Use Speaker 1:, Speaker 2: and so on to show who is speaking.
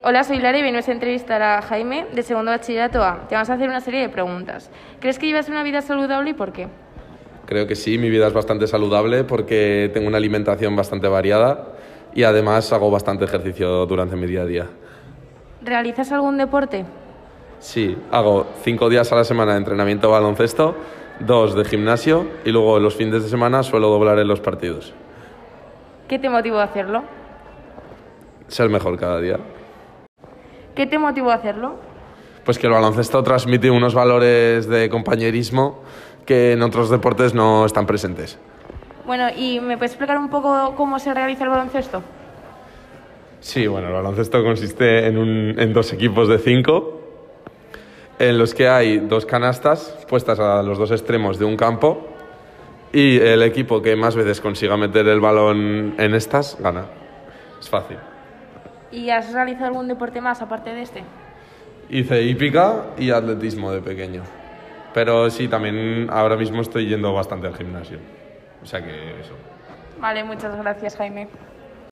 Speaker 1: Hola, soy Lara y venimos a entrevistar a Jaime de segundo bachillerato A. Te vamos a hacer una serie de preguntas. ¿Crees que llevas una vida saludable y por qué?
Speaker 2: Creo que sí, mi vida es bastante saludable porque tengo una alimentación bastante variada y además hago bastante ejercicio durante mi día a día.
Speaker 1: ¿Realizas algún deporte?
Speaker 2: Sí, hago cinco días a la semana de entrenamiento baloncesto, dos de gimnasio y luego los fines de semana suelo doblar en los partidos.
Speaker 1: ¿Qué te motivó a hacerlo?
Speaker 2: Ser mejor cada día.
Speaker 1: ¿Qué te motivó a hacerlo?
Speaker 2: Pues que el baloncesto transmite unos valores de compañerismo que en otros deportes no están presentes.
Speaker 1: Bueno, ¿y me puedes explicar un poco cómo se realiza el baloncesto?
Speaker 2: Sí, bueno, el baloncesto consiste en, un- en dos equipos de cinco, en los que hay dos canastas puestas a los dos extremos de un campo y el equipo que más veces consiga meter el balón en estas gana. Es fácil.
Speaker 1: ¿Y has realizado algún deporte más aparte de este?
Speaker 2: Hice hípica y atletismo de pequeño, pero sí, también ahora mismo estoy yendo bastante al gimnasio. O sea que eso.
Speaker 1: Vale, muchas gracias, Jaime.